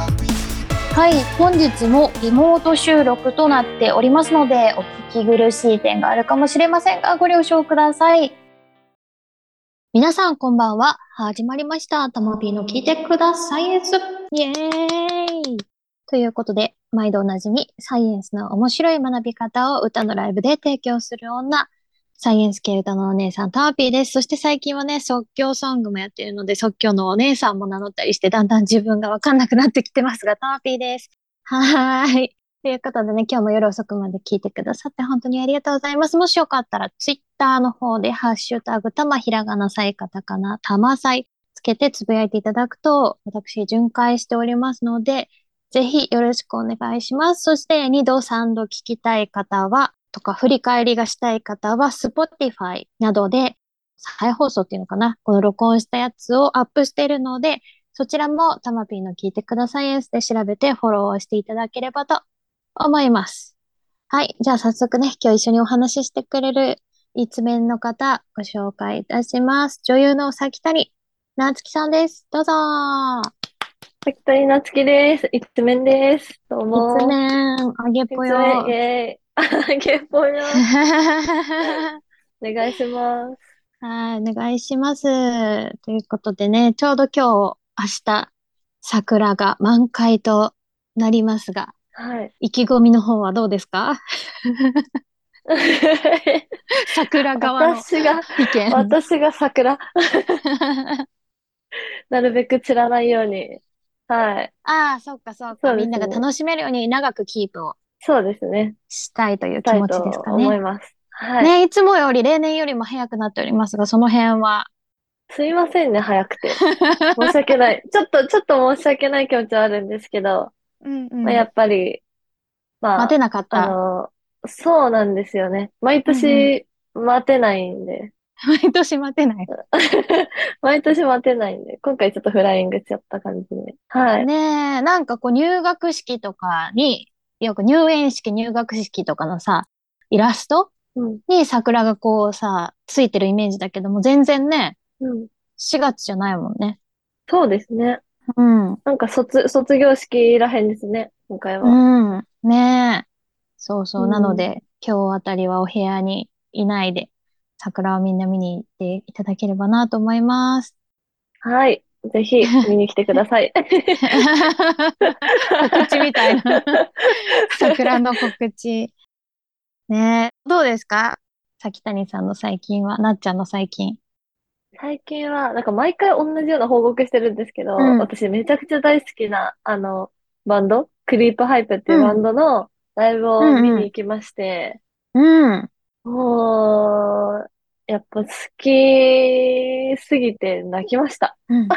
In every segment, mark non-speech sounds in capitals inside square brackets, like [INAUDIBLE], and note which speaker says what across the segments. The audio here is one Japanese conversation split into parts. Speaker 1: はい、本日もリモート収録となっておりますので、お聞き苦しい点があるかもしれませんが、ご了承ください。皆さん、こんばんは。始まりました。たまぴーの聞いてくださいです。イエーイということで、毎度おなじみ、サイエンスの面白い学び方を歌のライブで提供する女、サイエンス系歌のお姉さん、タマピーです。そして最近はね、即興ソングもやっているので、即興のお姉さんも名乗ったりして、だんだん自分がわかんなくなってきてますが、タマピーです。はーい。ということでね、今日も夜遅くまで聞いてくださって本当にありがとうございます。もしよかったら、ツイッターの方で、ハッシュタグ、たまひらがなさいカタカナ、たまさいつけてつぶやいていただくと、私、巡回しておりますので、ぜひよろしくお願いします。そして、2度3度聞きたい方は、とか、振り返りがしたい方は、Spotify などで、再放送っていうのかなこの録音したやつをアップしているので、そちらもたまぴーの聞いてくださいエースで調べてフォローをしていただければと思います。はい。じゃあ早速ね、今日一緒にお話ししてくれる一面の方、ご紹介いたします。女優のさきたりなつきさんです。どうぞ
Speaker 2: 関谷夏樹です。いつめんです。どうも。
Speaker 1: 一面、あげぽよ
Speaker 2: いつ。めんイェーイ。あ、ゲッ
Speaker 1: [LAUGHS]
Speaker 2: ポよ。お願いします。
Speaker 1: はい、お願いします。ということでね、ちょうど今日、明日、桜が満開となりますが、
Speaker 2: はい。
Speaker 1: 意気込みの方はどうです
Speaker 2: [LAUGHS]
Speaker 1: か桜 [LAUGHS] 側の
Speaker 2: 私が、
Speaker 1: 意見。
Speaker 2: 私
Speaker 1: [LAUGHS]
Speaker 2: が桜、なるべく散らないように。はい。
Speaker 1: ああ、そうかそう
Speaker 2: そ
Speaker 1: か。
Speaker 2: う
Speaker 1: み
Speaker 2: です
Speaker 1: ん
Speaker 2: ね
Speaker 1: なが楽しめるように長くキープを
Speaker 2: そうですね。
Speaker 1: したいという
Speaker 2: し
Speaker 1: 気
Speaker 2: たい
Speaker 1: 持ち
Speaker 2: と
Speaker 1: ですか
Speaker 2: 思
Speaker 1: ね。
Speaker 2: います。はい。
Speaker 1: ね、いつもより、例年よりも早くなっておりますが、その辺
Speaker 2: [LAUGHS]
Speaker 1: は。
Speaker 2: すいませんね、早
Speaker 1: [LAUGHS]
Speaker 2: くて。申し訳ない。ちょっと、ちょっと申し訳ない気持ちはあるんですけど、
Speaker 1: うんうん
Speaker 2: まあ、やっぱり、まあ
Speaker 1: 待、てなかっ
Speaker 2: あ
Speaker 1: た。
Speaker 2: の、そうなんですよね。毎年待てないんで。
Speaker 1: [LAUGHS]
Speaker 2: [LAUGHS]
Speaker 1: 毎年待てない。
Speaker 2: 毎年待てないんで。今回ちょっとフライングしちゃった感じで。はい。
Speaker 1: ねえ、なんかこう入学式とかに、よく入園式、入学式とかのさ、イラスト
Speaker 2: うん。
Speaker 1: に桜がこうさ、ついてるイメージだけども、全然ね、
Speaker 2: うん。
Speaker 1: 4月じゃないもんね。
Speaker 2: そうですね。
Speaker 1: うん。
Speaker 2: なんか卒、卒業式らへんですね。今回は。
Speaker 1: うん。ねえ。そうそう。
Speaker 2: うん
Speaker 1: なので、今日あたりはお部屋にいないで、桜をみんな見に行っていただければなと思い [LAUGHS] ます。
Speaker 2: はい。ぜひ見に来てください。
Speaker 1: 告
Speaker 2: [LAUGHS]
Speaker 1: 知みたいな。桜の告知。ねえ。どうですか咲谷さんの最近は、なっちゃんの最近。
Speaker 2: 最近は、なんか毎回同じような報告してるんですけど、
Speaker 1: うん
Speaker 2: 私めちゃくちゃ大好きな、あの、バンド、クリープハイプっていうバンドのライブを見に行きまして、
Speaker 1: うん。
Speaker 2: もう、やっぱ好きすぎて泣きました。
Speaker 1: [LAUGHS] うん、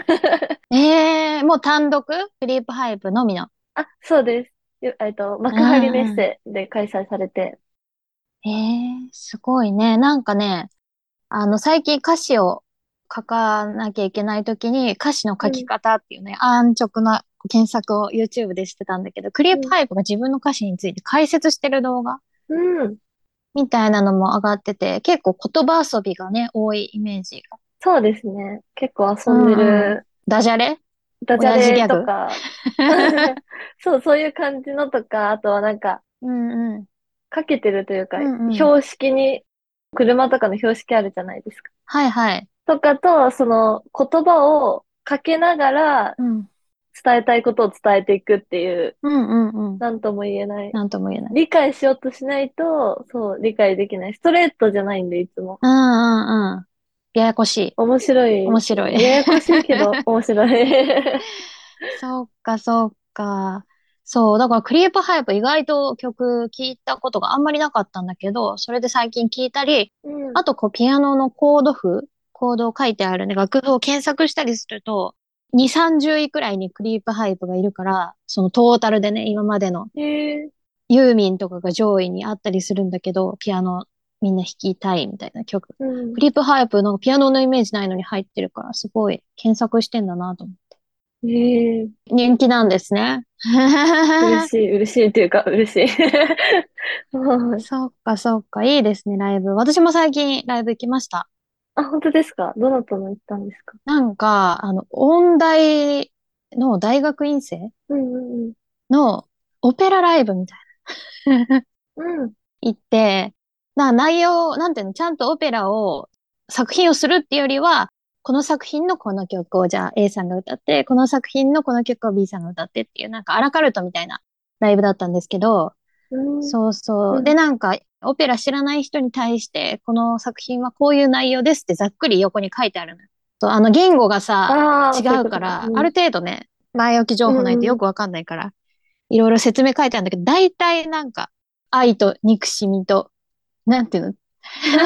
Speaker 1: ええもう単独クリープハイプのみの。
Speaker 2: あ、そうです。よえっと、幕張メッセで開催されて、
Speaker 1: ええすごいね。なんかね、あの、最近歌詞を書かなきゃいけないときに、歌詞の書き方っていうね、安直な検索を YouTube でしてたんだけど、クリープハイプが自分の歌詞について解説してる動画
Speaker 2: うん、
Speaker 1: みたいなのも上がってて、結構言葉遊びがね、多いイメージが。
Speaker 2: そうですね。結構遊んでる、
Speaker 1: ダジャレ
Speaker 2: ダジャ
Speaker 1: 親父ギ
Speaker 2: レ
Speaker 1: ャグ
Speaker 2: とか、そう、そういう感じのとか、あとはなんか、
Speaker 1: うんうん。
Speaker 2: かけてるというか、
Speaker 1: うんうん
Speaker 2: 標識に、車とかの標識あるじゃないですか。
Speaker 1: はいはい。
Speaker 2: とかと、その言葉をかけながら
Speaker 1: うん。
Speaker 2: 伝えたいことを伝えていくっていう、
Speaker 1: うんうんうん。
Speaker 2: なんとも言えない。
Speaker 1: なんとも言えない。
Speaker 2: 理解しようとしないと、そう、理解できない。ストレートじゃないんで、いつも。
Speaker 1: うんうんうん。ややこしい。
Speaker 2: 面白い。
Speaker 1: 面白い。
Speaker 2: ややこしい
Speaker 1: [LAUGHS]
Speaker 2: けど、面白い。
Speaker 1: そうか、そうか。そう、だからクリープハイプ意外と曲聞いたことがあんまりなかったんだけど、それで最近聞いたり、
Speaker 2: うん
Speaker 1: あとこうピアノのコード譜、コードを書いてあるね、楽譜を検索したりすると、2、30位くらいにクリープハイプがいるから、そのトータルでね、今までの
Speaker 2: へー
Speaker 1: ユーミンとかが上位にあったりするんだけど、ピアノみんな弾きたいみたいな曲。
Speaker 2: うん
Speaker 1: クリープハイプのピアノのイメージないのに入ってるから、すごい検索してんだなと思って。
Speaker 2: へー
Speaker 1: 人気なんですね。
Speaker 2: 嬉しい、嬉しいっていうか、嬉しい。 [LAUGHS] は
Speaker 1: [LAUGHS]
Speaker 2: い
Speaker 1: そうか、そうか。いいですね、ライブ。私も最近ライブ行きました。
Speaker 2: あ、本当ですかどなたの言ったんですか
Speaker 1: なんか、あの、音大の大学院生
Speaker 2: うんうんうん。
Speaker 1: のオペラライブみたいな
Speaker 2: うん。
Speaker 1: 行って、な内容、なんていうの、ちゃんとオペラを、作品をするっていうよりは、この作品のこの曲をじゃあ A さんが歌って、この作品のこの曲を B さんが歌ってっていう、なんかアラカルトみたいなライブだったんですけど、
Speaker 2: うん。
Speaker 1: そうそう。
Speaker 2: うん
Speaker 1: で、なんか、オペラ知らない人に対して、この作品はこういう内容ですってざっくり横に書いてあるのよ。そう、あの、言語がさ、
Speaker 2: ああ、
Speaker 1: 違
Speaker 2: そういう
Speaker 1: う
Speaker 2: こと
Speaker 1: から、
Speaker 2: うん
Speaker 1: ある程度ね、前置き情報ないとよくわかんないから、いろいろ説明書いてあるんだけど、大体なんか、愛と憎しみと、なんていう
Speaker 2: [LAUGHS]
Speaker 1: の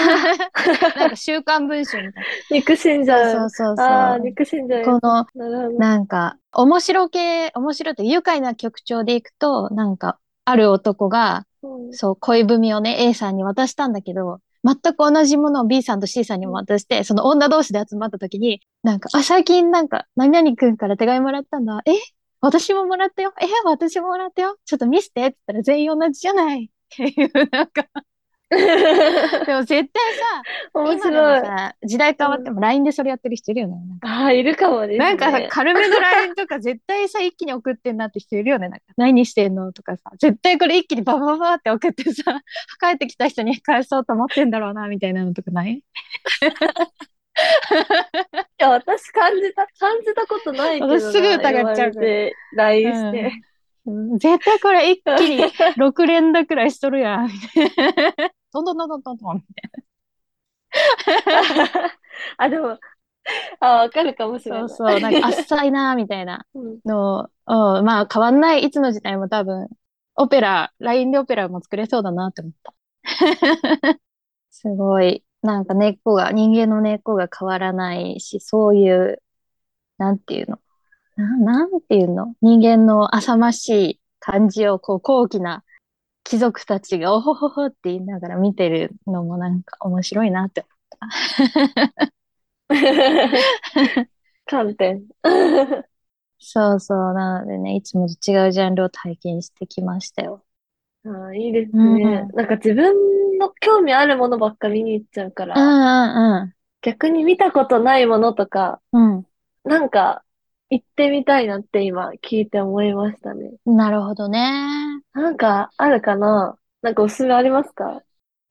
Speaker 1: なんか週刊文春みたい
Speaker 2: 憎しんじ
Speaker 1: な。
Speaker 2: ゃ
Speaker 1: そうそ
Speaker 2: う。
Speaker 1: うそう。
Speaker 2: ああ、憎しんじゃう
Speaker 1: こ
Speaker 2: よ。
Speaker 1: の、
Speaker 2: なるほど。
Speaker 1: なんか、面白系、面白いというか愉快な曲調でいくと、なんか、ある男が、
Speaker 2: うん
Speaker 1: そう、恋文をね、A さんに渡したんだけど、全く同じものを B さんと C さんにも渡して、その女同士で集まった時に、なんか、あ、最近なんか、何々くんから手紙もらったんだ。え私ももらったよ。え私ももらったよ。ちょっと見せてって言ったら全員同じじゃない。っていう、なんか、でも絶対さ、
Speaker 2: [LAUGHS] 面
Speaker 1: 今でも
Speaker 2: 白い。あ
Speaker 1: さ、時代変わっても LINE でそれやってる人いるよね。なんか
Speaker 2: あー、いるかもです
Speaker 1: なんかさ
Speaker 2: ね、。
Speaker 1: 軽めの LINE とか絶対さ、一気に送ってんなって人いるよね。なんか、何してんのとかさ、絶対これ一気にババババって送ってさ、 [LAUGHS] 帰ってきた人に返そうと思ってんだろうな、みたいなのとかない
Speaker 2: いや、私感じた、感じたことないけどな。
Speaker 1: 私すぐ疑っちゃうから
Speaker 2: で、LINE して。
Speaker 1: うん絶対これ一気
Speaker 2: [LAUGHS]
Speaker 1: に6連打くらいしとるやん、みたいな。どんどんどんどんどんどん、みたい
Speaker 2: [LAUGHS] あ、でも、あ、わかるかもしれな
Speaker 1: な。
Speaker 2: い。
Speaker 1: そうそう、なんか、あっさいな、みたいな
Speaker 2: うん
Speaker 1: のを、うんまあ変わんない、いつの時代も多分、オペラ、LINE でオペラも作れそうだなって思った。 [LAUGHS] すごい、なんか根っこが、人間の根っこが変わらないし、そういう、なんていうの、な、なんていうの、人間の浅ましい感じを、こう、高貴な貴族たちが、おほほほって言いながら見てるのもなんか面白いなって。 [LAUGHS]
Speaker 2: 観点。 [LAUGHS]
Speaker 1: そうそう、なのでね、いつもと違うジャンルを体験してきましたよ。
Speaker 2: ああ、いいです
Speaker 1: うん
Speaker 2: ね。なんか自分の興味あるものばっか見に行っちゃうか
Speaker 1: うん
Speaker 2: ら、
Speaker 1: うん
Speaker 2: 逆に見たことないものとか、
Speaker 1: うん。うん。
Speaker 2: なんか行ってみたいなって今聞いて思いましたね。
Speaker 1: なるほどね。
Speaker 2: なんかあるかななんかおすすめありますか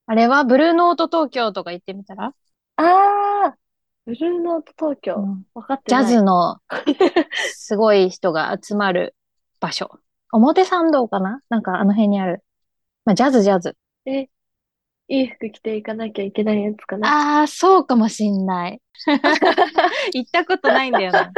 Speaker 1: あれはブルーノート東京とか行ってみたら、
Speaker 2: ああ、ブルーノート東
Speaker 1: う
Speaker 2: 京。
Speaker 1: ん
Speaker 2: わかって
Speaker 1: ジャ
Speaker 2: ない。
Speaker 1: ズの [LAUGHS] すごい人が集まる場所。表参道かななんかあの辺にある。まあ、ジャズジャズ。
Speaker 2: え、いい服着ていかなきゃいけないやつかな。
Speaker 1: ああ、そうかもしんない。 [LAUGHS] 行ったことないんだよな。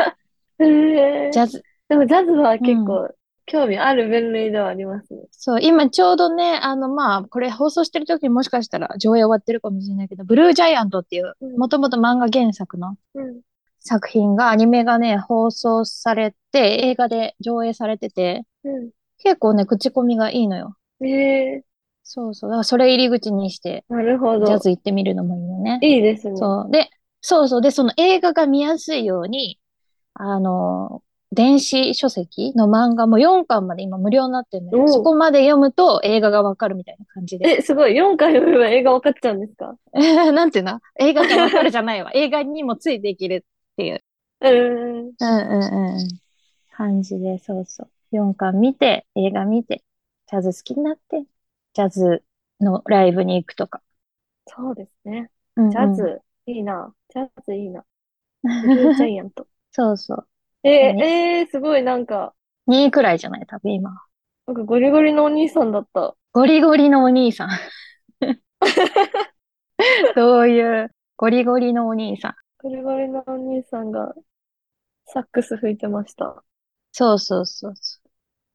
Speaker 2: へえ。
Speaker 1: ジャズ。
Speaker 2: でもジャズは結構興味ある分類ではありますね。
Speaker 1: そう、今ちょうどね、あの、まあ、これ放送してる時にもしかしたら上映終わってるかもしれないけど、ブルージャイアントっていう、
Speaker 2: うん
Speaker 1: もともと漫画原作の
Speaker 2: うん。
Speaker 1: 作品が、アニメがね、放送されて、映画で上映されてて、
Speaker 2: う
Speaker 1: 結構ね、口コミがいいのよ。
Speaker 2: ん。え
Speaker 1: そうそう。だからそれ入り口にして、
Speaker 2: ー、なるほ
Speaker 1: ジャ
Speaker 2: ど。
Speaker 1: ズ行ってみるのもいいよね。
Speaker 2: いいですね。
Speaker 1: そう。で、そうそう。で、その映画が見やすいように、あの、電子書籍の漫画も4巻まで今無料になってるの
Speaker 2: お
Speaker 1: よ。
Speaker 2: う
Speaker 1: そこまで読むと映画がわかるみたいな感じで。
Speaker 2: え、すごい。4回読めば映画分かっちゃうんですか
Speaker 1: [LAUGHS] なんていうの映画がわかるじゃ
Speaker 2: [LAUGHS]
Speaker 1: ないわ。映画にもついていける。
Speaker 2: うーん。
Speaker 1: うんうんうん。感じで、そうそう。4巻見て、映画見て、ジャズ好きになって、ジャズのライブに行くとか。
Speaker 2: そうですね。
Speaker 1: うんうん
Speaker 2: ジャズ、いいな。ジャズいいな。ブルージャイアン
Speaker 1: [LAUGHS]
Speaker 2: ト。
Speaker 1: [LAUGHS] そうそう。
Speaker 2: えー、
Speaker 1: うん
Speaker 2: えー、すごい。なんか、
Speaker 1: 2位くらいじゃない多分今。
Speaker 2: なんかゴリゴリのお兄さんだった。
Speaker 1: ゴリゴリのお兄 [LAUGHS] さん。そういう、ゴリゴリのお兄さん。
Speaker 2: ゴリゴリのお兄さんがサックス吹いてました。
Speaker 1: そうそうそうそう。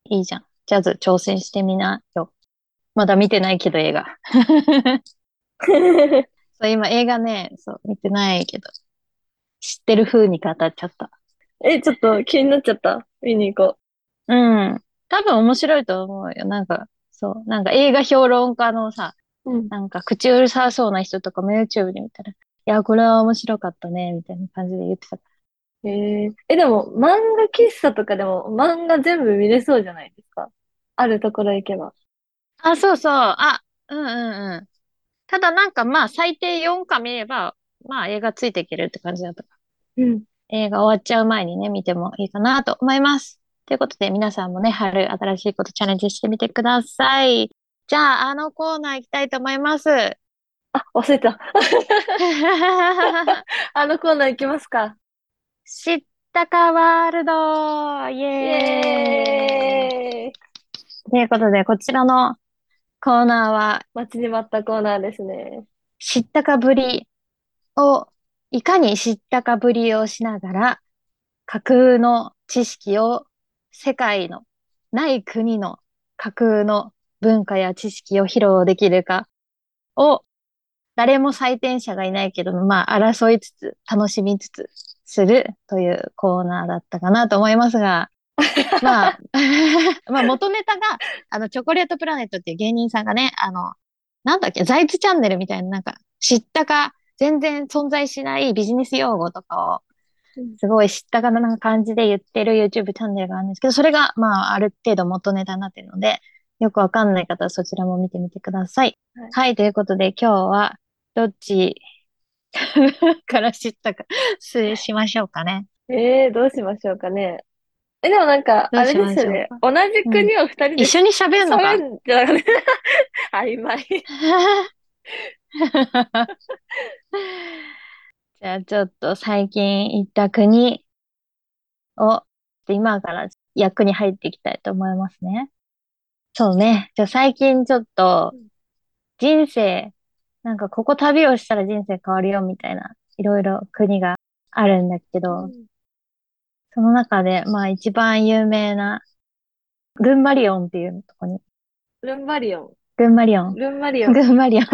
Speaker 1: いいじゃん。ジャズ挑戦してみなよ。まだ見てないけど映画。そう、今映画ね、そう、見てないけど、知ってる風に語っちゃった。
Speaker 2: え、ちょっと気になっちゃった。見に行こ
Speaker 1: うん。多分面白いと思うよ。なんか、そう、なんか映画評論家のさ、
Speaker 2: う。うん。
Speaker 1: なんか口うるさそうな人とかも YouTube で見たら、いや、これは面白かったね、みたいな感じで言ってた。
Speaker 2: えー、え、でも、漫画喫茶とかでも、漫画全部見れそうじゃないですか。あるところ行けば。
Speaker 1: あ、そうそう。あ、うんうんうん。ただなんかまあ最低4巻見れば、まあ映画ついていけるって感じだとか。
Speaker 2: うん。
Speaker 1: 映画終わっちゃう前にね、見てもいいかなと思います。ということで、皆さんもね、春、新しいことチャレンジしてみてください。じゃあ、あのコーナー行きたいと思います。
Speaker 2: あ、忘れた。あのコーナー行きますか。
Speaker 1: 知ったかワールドイ
Speaker 2: イ
Speaker 1: エーイ
Speaker 2: エーイ
Speaker 1: ということで、こちらのコーナーは、
Speaker 2: 待ちに待ったコーナーですね。
Speaker 1: 知ったかぶりを、いかに知ったかぶりをしながら、架空の知識を世界のない国の架空の文化や知識を披露できるかを、誰も採点者がいないけど、まあ、争いつつ、楽しみつつ、するというコーナーだったかなと思いますが、まあ、 [LAUGHS] まあ元ネタが、あの、チョコレートプラネットっていう芸人さんがね、あの、なんだっけ、財津チャンネルみたいな、なんか、知ったか、全然存在しないビジネス用語とかを
Speaker 2: うん、
Speaker 1: すごい知ったかな感じで言ってる YouTube チャンネルがあるんですけど、それが、まあ、ある程度元ネタになってるので、よくわかんない方はそちらも見てみてください。
Speaker 2: はい
Speaker 1: はい、ということで今日は、どっち [LAUGHS] から知ったか、す、しましょうかね。
Speaker 2: えー、どうしましょうかね。え、でもなんか、
Speaker 1: ど
Speaker 2: あ
Speaker 1: う
Speaker 2: れ
Speaker 1: し
Speaker 2: で
Speaker 1: ましょう
Speaker 2: すよね。同じ国を二人で
Speaker 1: 一緒に喋るのか
Speaker 2: 喋。んじゃなくて、 [LAUGHS] 曖昧。
Speaker 1: [LAUGHS] じゃあちょっと最近行った国を今から役に入っていきたいと思いますね。そうね。じゃあ最近ちょっと人生、なんかここ旅をしたら人生変わるよみたいな、いろいろ国があるんだけど、その中でまあ一番有名なルンマリオンっていうとこに、
Speaker 2: ルンバリオ
Speaker 1: ルンマリオ
Speaker 2: ン。
Speaker 1: ン、
Speaker 2: ルンバリオン。
Speaker 1: ルンマリオン。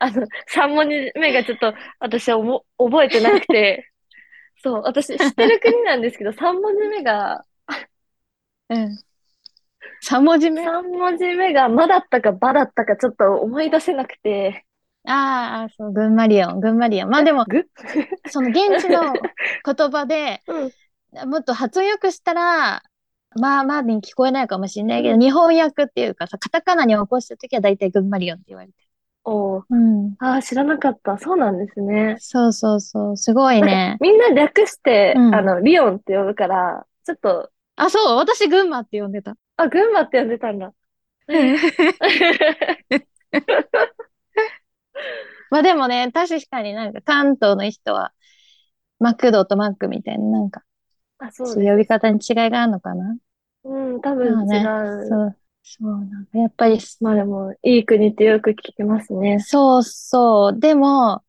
Speaker 2: あの、3文字目がちょっと私はおも覚えてなくて、 [LAUGHS] そう、私知ってる国なんです
Speaker 1: [LAUGHS]
Speaker 2: けど、3文字目が、
Speaker 1: うん。3文字目あ
Speaker 2: 3文字目がまだったかばだったかちょっと思い出せなくて、
Speaker 1: あ、そう、群馬リオン、群馬リオン。まあでも、
Speaker 2: ぐ
Speaker 1: その現地
Speaker 2: [LAUGHS]
Speaker 1: の言葉で、
Speaker 2: うん
Speaker 1: もっと発音よくしたら、まあまあに聞こえないかもしれないけど、日本訳っていうかさ、カタカナに起こした時は大体群馬リオンって言われて
Speaker 2: おー
Speaker 1: る。うん。
Speaker 2: ああ、知らなかった。そうなんですね。
Speaker 1: そうそうそう、すごいね。
Speaker 2: みんな略して、
Speaker 1: うん
Speaker 2: あの、リオンって呼ぶから、ちょっと、
Speaker 1: あ、そう、私群馬って呼んでた。
Speaker 2: あ、群馬って呼んでたんだ。 [LAUGHS]
Speaker 1: まあでもね、確かになんか関東の人は、マクドとマックみたいな、なんか、
Speaker 2: あ、そうです。
Speaker 1: 呼び方に違いがあるのかな
Speaker 2: うん、多
Speaker 1: そう
Speaker 2: 分違
Speaker 1: ね。
Speaker 2: う。
Speaker 1: そう、そう、なんかやっぱり、
Speaker 2: まあでも、いい国ってよく聞きますね。
Speaker 1: そうそう。でも、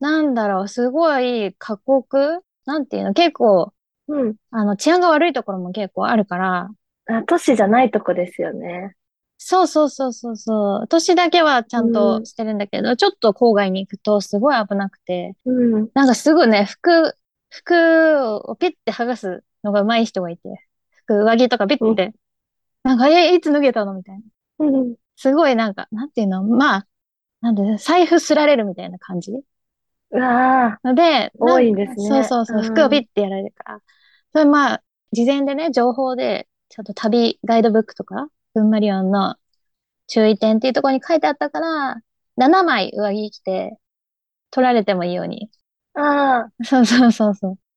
Speaker 1: なんだろう、すごい過酷なんていうの結構、
Speaker 2: うん。
Speaker 1: あの、治安が悪いところも結構あるから、
Speaker 2: あ、都市じゃないとこですよね。
Speaker 1: そうそうそうそうそう。都市だけはちゃん
Speaker 2: う
Speaker 1: と
Speaker 2: ん
Speaker 1: してるんだけど、ちょっと郊外に行くとすごい危なくて、
Speaker 2: うん。
Speaker 1: なんかすぐね、服、服をピッて剥がすのが上手い人がいて、服、上着とかピッて、なんか、え、いつ脱げたのみたいな。
Speaker 2: うん。
Speaker 1: すごいなんか、なんていうのまあ、なんで、財布すられるみたいな感じ
Speaker 2: うわあ、
Speaker 1: ので、
Speaker 2: 多
Speaker 1: なん
Speaker 2: いんですね
Speaker 1: そうそうそう、
Speaker 2: うん
Speaker 1: 服をピッてやられるから。それまあ、事前でね、情報で、ちゃんと旅ガイドブックとか、ブンマリオンの注意点っていうところに書いてあったから、7枚上着着て、取られてもいいよう
Speaker 2: [LAUGHS]
Speaker 1: に。
Speaker 2: ああ、
Speaker 1: そうそうそうそう。
Speaker 2: [LAUGHS]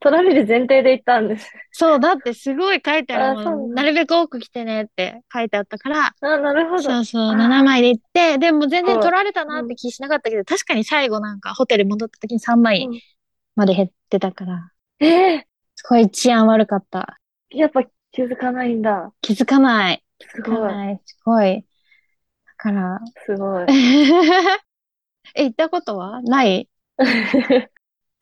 Speaker 2: 取られる前提で行ったんです。
Speaker 1: そう、だってすごい書いてある
Speaker 2: あ
Speaker 1: も。
Speaker 2: そうんなんだ
Speaker 1: なるべく多く着てねって書いてあったから、
Speaker 2: あ、なるほど。
Speaker 1: そうそう、
Speaker 2: あー
Speaker 1: 7枚で行って、でも全然取られたなっ
Speaker 2: うん
Speaker 1: て気しなかったけど、確かに最後なんかホテル戻った時に3枚
Speaker 2: うん
Speaker 1: まで減ってたから、
Speaker 2: ええ
Speaker 1: すごい治安悪かった。
Speaker 2: やっぱ気づかないんだ。
Speaker 1: 気づかない。
Speaker 2: す
Speaker 1: 気づか
Speaker 2: ごい。
Speaker 1: ない。すごい。だから、 [LAUGHS]
Speaker 2: すごい。 [LAUGHS]
Speaker 1: え、行ったことはない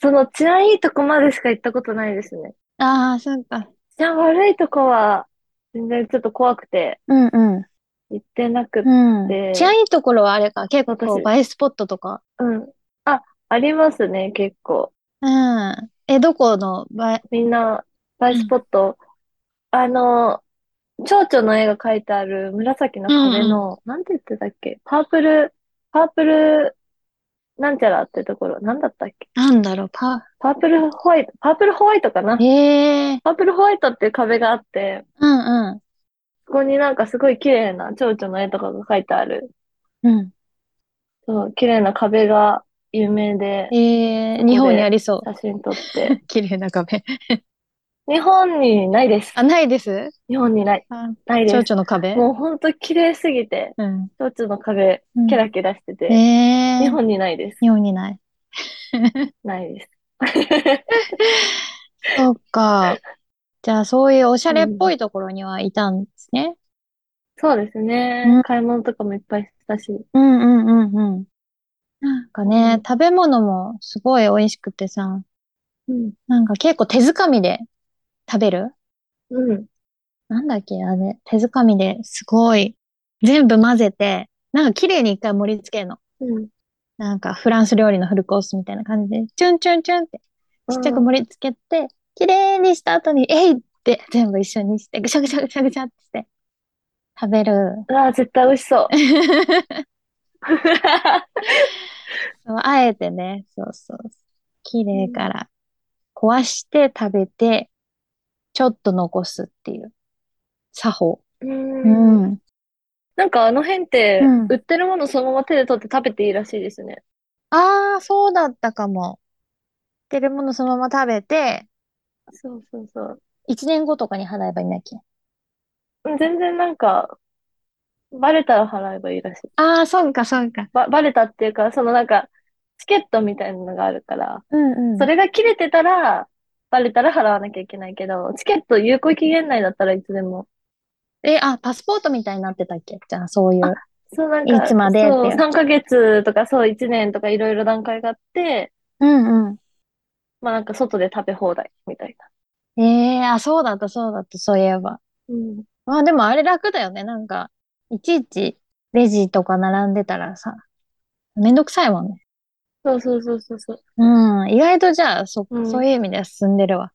Speaker 2: その治安いいとこまでしか行ったことないですね。
Speaker 1: ああ、そうか。
Speaker 2: 治安悪いとこは全然ちょっと怖くて
Speaker 1: うんう
Speaker 2: 行ってなくて、
Speaker 1: ん。う
Speaker 2: で
Speaker 1: ん。治安いいところはあれか、結構
Speaker 2: 私
Speaker 1: 映えスポットとか。
Speaker 2: うん。あ、ありますね、結構。
Speaker 1: うん。え、どこの映え、
Speaker 2: みんな、バイスポット。あの、蝶々の絵が描いてある紫の壁の、なんて言ってたっけパープル、パープル、なんちゃらってところ、なんだったっけ
Speaker 1: なんだろう、パ、
Speaker 2: パープルホワイト、パープルホワイトかな
Speaker 1: ええ
Speaker 2: パープルホワイトっていう壁があって、
Speaker 1: うんう
Speaker 2: そこになんかすごい綺麗な蝶々の絵とかが描いてある。
Speaker 1: ん。うん。
Speaker 2: そう、綺麗な壁が有名で、
Speaker 1: ええ日本にありそ
Speaker 2: 写真撮って。 [LAUGHS]
Speaker 1: う。綺麗な壁。
Speaker 2: 日本にないです。
Speaker 1: あ、ないです
Speaker 2: 日本にない。
Speaker 1: あ
Speaker 2: ないで
Speaker 1: 蝶
Speaker 2: す。
Speaker 1: 々の壁
Speaker 2: もうほんと綺麗すぎて、
Speaker 1: うん。
Speaker 2: 蝶々の壁、
Speaker 1: うん
Speaker 2: キラキラしてて、
Speaker 1: えー
Speaker 2: 日本にないです。
Speaker 1: 日本にない。
Speaker 2: ないです。
Speaker 1: そうか。じゃあ、そういうおしゃれっぽいところにはいたんですね。
Speaker 2: そうですね
Speaker 1: うん。
Speaker 2: 買い物とかもいっぱいしたし。
Speaker 1: うんうんうんうん。なんか
Speaker 2: う
Speaker 1: ね
Speaker 2: ん、
Speaker 1: 食べ物もすごい美味しくてさ、
Speaker 2: うん。
Speaker 1: なんか結構手づかみで食べる
Speaker 2: うん。
Speaker 1: なんだっけあれ、手づかみですごい、全部混ぜて、なんか綺麗に一回盛り付けるの。
Speaker 2: うん。
Speaker 1: なんかフランス料理のフルコースみたいな感じで、チュンチュンチュンって、ちっちゃく盛り付けて、綺麗にした後に、えいって全部一緒にして、ぐしゃぐしゃぐしゃぐしゃってして、食べ [LAUGHS] る。
Speaker 2: うわあ、絶対美味しそう。
Speaker 1: そうあえてね、そうそう。綺麗から壊して食べて、ちょっと残すっていう作法。 [LAUGHS]
Speaker 2: うん。
Speaker 1: うん
Speaker 2: なんかあの辺って
Speaker 1: うん、
Speaker 2: 売ってるものそのまま手で取って食べていいらしいですね。
Speaker 1: ああ、そうだったかも。売ってるものそのまま食べて、
Speaker 2: そうそうそう。
Speaker 1: 一年後とかに払えばいいんだっけ
Speaker 2: うん全然なんか、バレたら払えばいいらしい。
Speaker 1: ああ、そうか、そうか。
Speaker 2: ば、バレたっていうか、そのなんか、チケットみたいなのがあるから、
Speaker 1: うんうん。
Speaker 2: それが切れてたら、バレたら払わなきゃいけないけど、チケット有効期限内だったらいつでも。
Speaker 1: え、あ、パスポートみたいになってたっけじゃあ、そういう。
Speaker 2: そうなんか、
Speaker 1: いつまでって
Speaker 2: そう、
Speaker 1: やつ
Speaker 2: 3ヶ月とかそう1年とかいろいろ段階があって、
Speaker 1: うんう
Speaker 2: まあなんか外で食べ放題みたいな。
Speaker 1: ん。ええー、あ、そうだった、そうだった、そういえば。
Speaker 2: うん。
Speaker 1: まあでもあれ楽だよね。なんか、いちいちレジとか並んでたらさ、めんどくさいもんね。
Speaker 2: そうそうそうそうそう。
Speaker 1: うん。意外とじゃあ、そ、
Speaker 2: うん
Speaker 1: そういう意味では進んでるわ。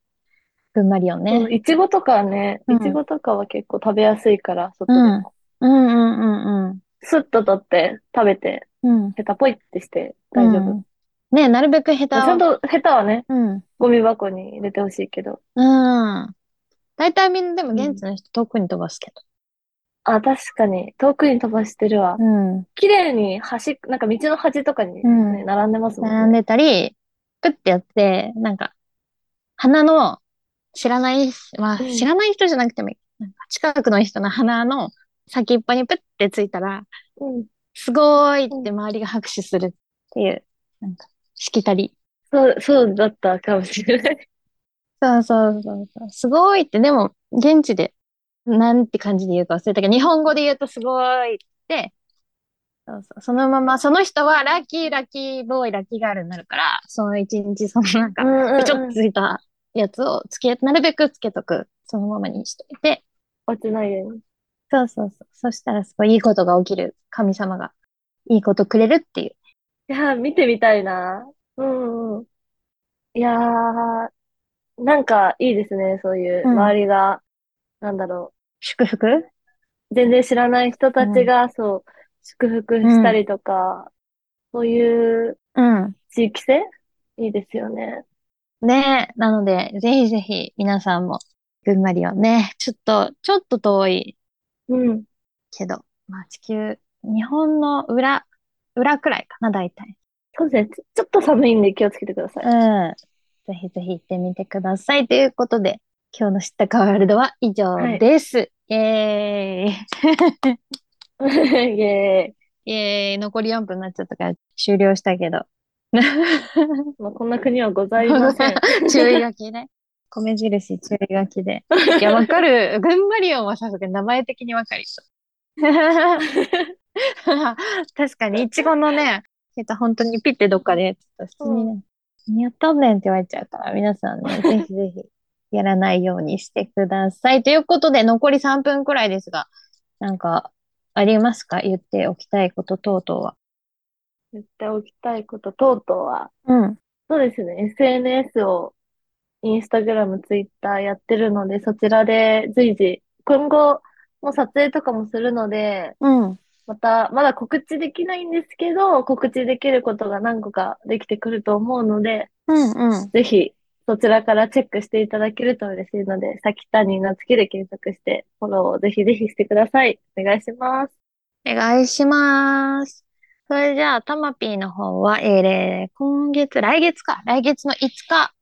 Speaker 1: 群馬リオン
Speaker 2: そ
Speaker 1: ね
Speaker 2: う。いちごとかはね、
Speaker 1: うん
Speaker 2: いちごとかは結構食べやすいから、外でも。
Speaker 1: うんうんうん
Speaker 2: スッと取って、食べて、
Speaker 1: うん。うん。
Speaker 2: ヘタポイってして大丈夫。
Speaker 1: うんねなるべく下手
Speaker 2: まあちゃん
Speaker 1: を。
Speaker 2: とヘタはね、
Speaker 1: うん。
Speaker 2: ゴミ箱に入れてほしいけど。
Speaker 1: うん。大体みんなでも現地の人遠くに飛ばすけ
Speaker 2: あ、確かに、遠くに飛ばしてるわ
Speaker 1: ど。。うん。
Speaker 2: 綺麗に端、なんか道の端とかに
Speaker 1: う
Speaker 2: ね、並んでますもん
Speaker 1: 並ん
Speaker 2: ね。
Speaker 1: でたり、プッてやって、なんか、鼻の知らない、まあ
Speaker 2: うん
Speaker 1: 知らない人じゃなくてもいい。なんか近くの人の鼻の先っぽにプッてついたら、
Speaker 2: うん。
Speaker 1: すごーいって周りが拍手するっていう、なんか、しきたり。
Speaker 2: そう、そうだったかもしれない。
Speaker 1: そうそうそうそう。すごいって、でも、現地で、なんて感じで言うか忘れたけど、日本語で言うとすごいって、そうそう。そのまま、その人はラッキー、ラッキーボーイ、ラッキーガールになるから、その一日、そのなんか
Speaker 2: う、んうん
Speaker 1: ちょ
Speaker 2: う
Speaker 1: っ
Speaker 2: ん
Speaker 1: とついたやつをつけ、なるべくつけとく。そのままにしといて。
Speaker 2: 落ちないように。
Speaker 1: そうそうそう。そしたら、すごいいいことが起きる。神様が、いいことくれるっていう。
Speaker 2: いやー、見てみたいな。うんうん。いやー、なんかいいですね、そうい
Speaker 1: う
Speaker 2: う、
Speaker 1: ん
Speaker 2: 周りが、なんだろ
Speaker 1: 祝福
Speaker 2: う、全然知らない人たちが、そう、祝福したりとか、そういう
Speaker 1: うん。
Speaker 2: 地域性いいですよね。
Speaker 1: ねえ、なので、ぜひぜひ皆さんも、群馬リオンね、ちょっと、ちょっと遠い
Speaker 2: うん。
Speaker 1: けど、まあ地球、日本の裏、裏くらいかな、大体。
Speaker 2: そうですね、ちちょっと寒いんで気をつけてください。
Speaker 1: うん。ぜひぜひ行ってみてください。ということで、今日の知ったかワールドは以上です。イェーイ。
Speaker 2: [LAUGHS] イエ
Speaker 1: イェーイ。残り4分になっちゃったから終了したけど。 [LAUGHS]
Speaker 2: ーイ。まあ、こんな国はございません。
Speaker 1: 注意書き [LAUGHS] ね。米印注意書きで。 [LAUGHS] いや、わかる。群馬リオンはさすがに名前的にわかりそう。 [LAUGHS] 確かに、いちごのね、えっと、本当にピッてどっかでやってた。普通にね、何やったんねんって言われちゃうから、皆さん [LAUGHS] ね、ぜひぜひ、やらないようにしてください。ということで、残り3分くらいですが、なんか、ありますか言っておきたいこと等々は。
Speaker 2: 言っておきたいこと、とうとうは、
Speaker 1: うん。
Speaker 2: そうですね。SNS を、インスタグラム、ツイッターやってるので、そちらで随時、今後も撮影とかもするので、
Speaker 1: うん。
Speaker 2: また、まだ告知できないんですけど、告知できることが何個かできてくると思うので、
Speaker 1: うんうん。
Speaker 2: ぜひ、そちらからチェックしていただけると嬉しいので、さきたになつきで検索して、フォローをぜひぜひしてください。お願いします。
Speaker 1: [LAUGHS] お願いします。それじゃあ、たまぴーの方は、えーれ今月、来月か、来月の5日、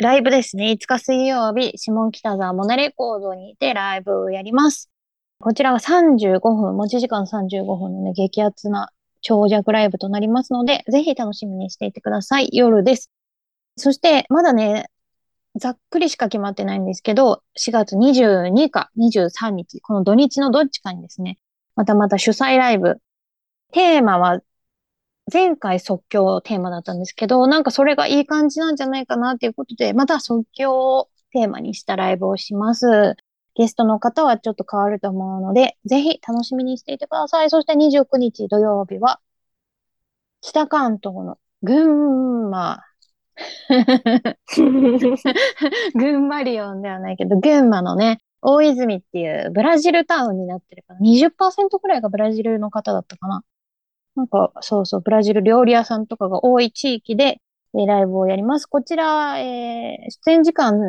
Speaker 1: ライブですね。5日水曜日、下北沢モナレコードにてライブをやります。こちらは35分、持ち時間35分のね、激アツな長尺ライブとなりますので、ぜひ楽しみにしていてください。夜です。そして、まだね、ざっくりしか決まってないんですけど、4月22か23日、この土日のどっちかにですね、またまた主催ライブ。テーマは、前回即興テーマだったんですけど、なんかそれがいい感じなんじゃないかなっていうことで、また即興をテーマにしたライブをします。ゲストの方はちょっと変わると思うので、ぜひ楽しみにしていてください。そして29日土曜日は、北関東の群馬、 [LAUGHS] 群馬リオンではないけど、群馬のね、大泉っていうブラジルタウンになってるから、20%くらいがブラジルの方だったかな。なんか、そうそう、ブラジル料理屋さんとかが多い地域で、えーライブをやります。こちら、えー出演時間、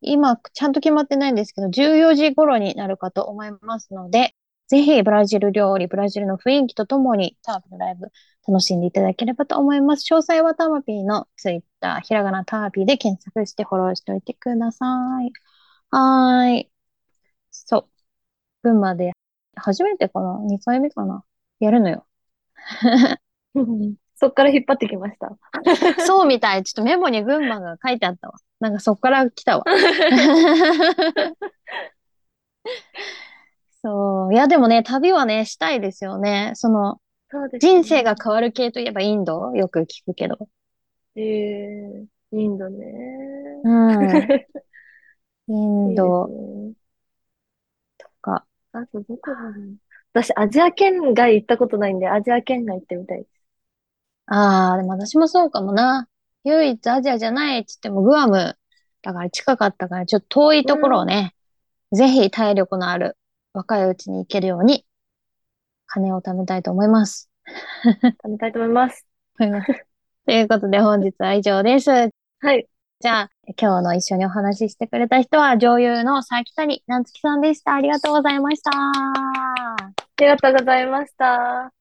Speaker 1: 今、ちゃんと決まってないんですけど、14時頃になるかと思いますので、ぜひ、ブラジル料理、ブラジルの雰囲気とともに、タープのライブ、楽しんでいただければと思います。詳細はターマピーのツイッター、ひらがなターマピーで検索してフォローしておいてください。はーい。そう。群馬で、初めてかな ?2 回目かなやるのよ。
Speaker 2: そっから引っ張ってきました。
Speaker 1: [LAUGHS] そうみたい。ちょっとメモに群馬が書いてあったわ。なんかそっから来 [LAUGHS] たわ。そう。いや、でもね、旅はね、したいですよね。その、
Speaker 2: そうですね
Speaker 1: 人生が変わる系といえばインドよく聞くけど。
Speaker 2: えー、インドね。
Speaker 1: うん。
Speaker 2: イ
Speaker 1: [LAUGHS] インドとか。
Speaker 2: あとどこだろう。私、アジア圏外行ったことないんで、アジア圏外行ってみたい。
Speaker 1: ああ、でも私もそうかもな。唯一アジアじゃないっつってもグアムだから近かったからちょっと遠いところをね、ぜひ体力のある若いうちに行けるように金を貯めたいと思います。
Speaker 2: 食べたいと思います。
Speaker 1: ということで本日は以上です。
Speaker 2: はい。
Speaker 1: じゃあ今日の一緒にお話ししてくれた人は女優の佐北に夏樹さんでした。ありがとうございました。
Speaker 2: ありがとうございました。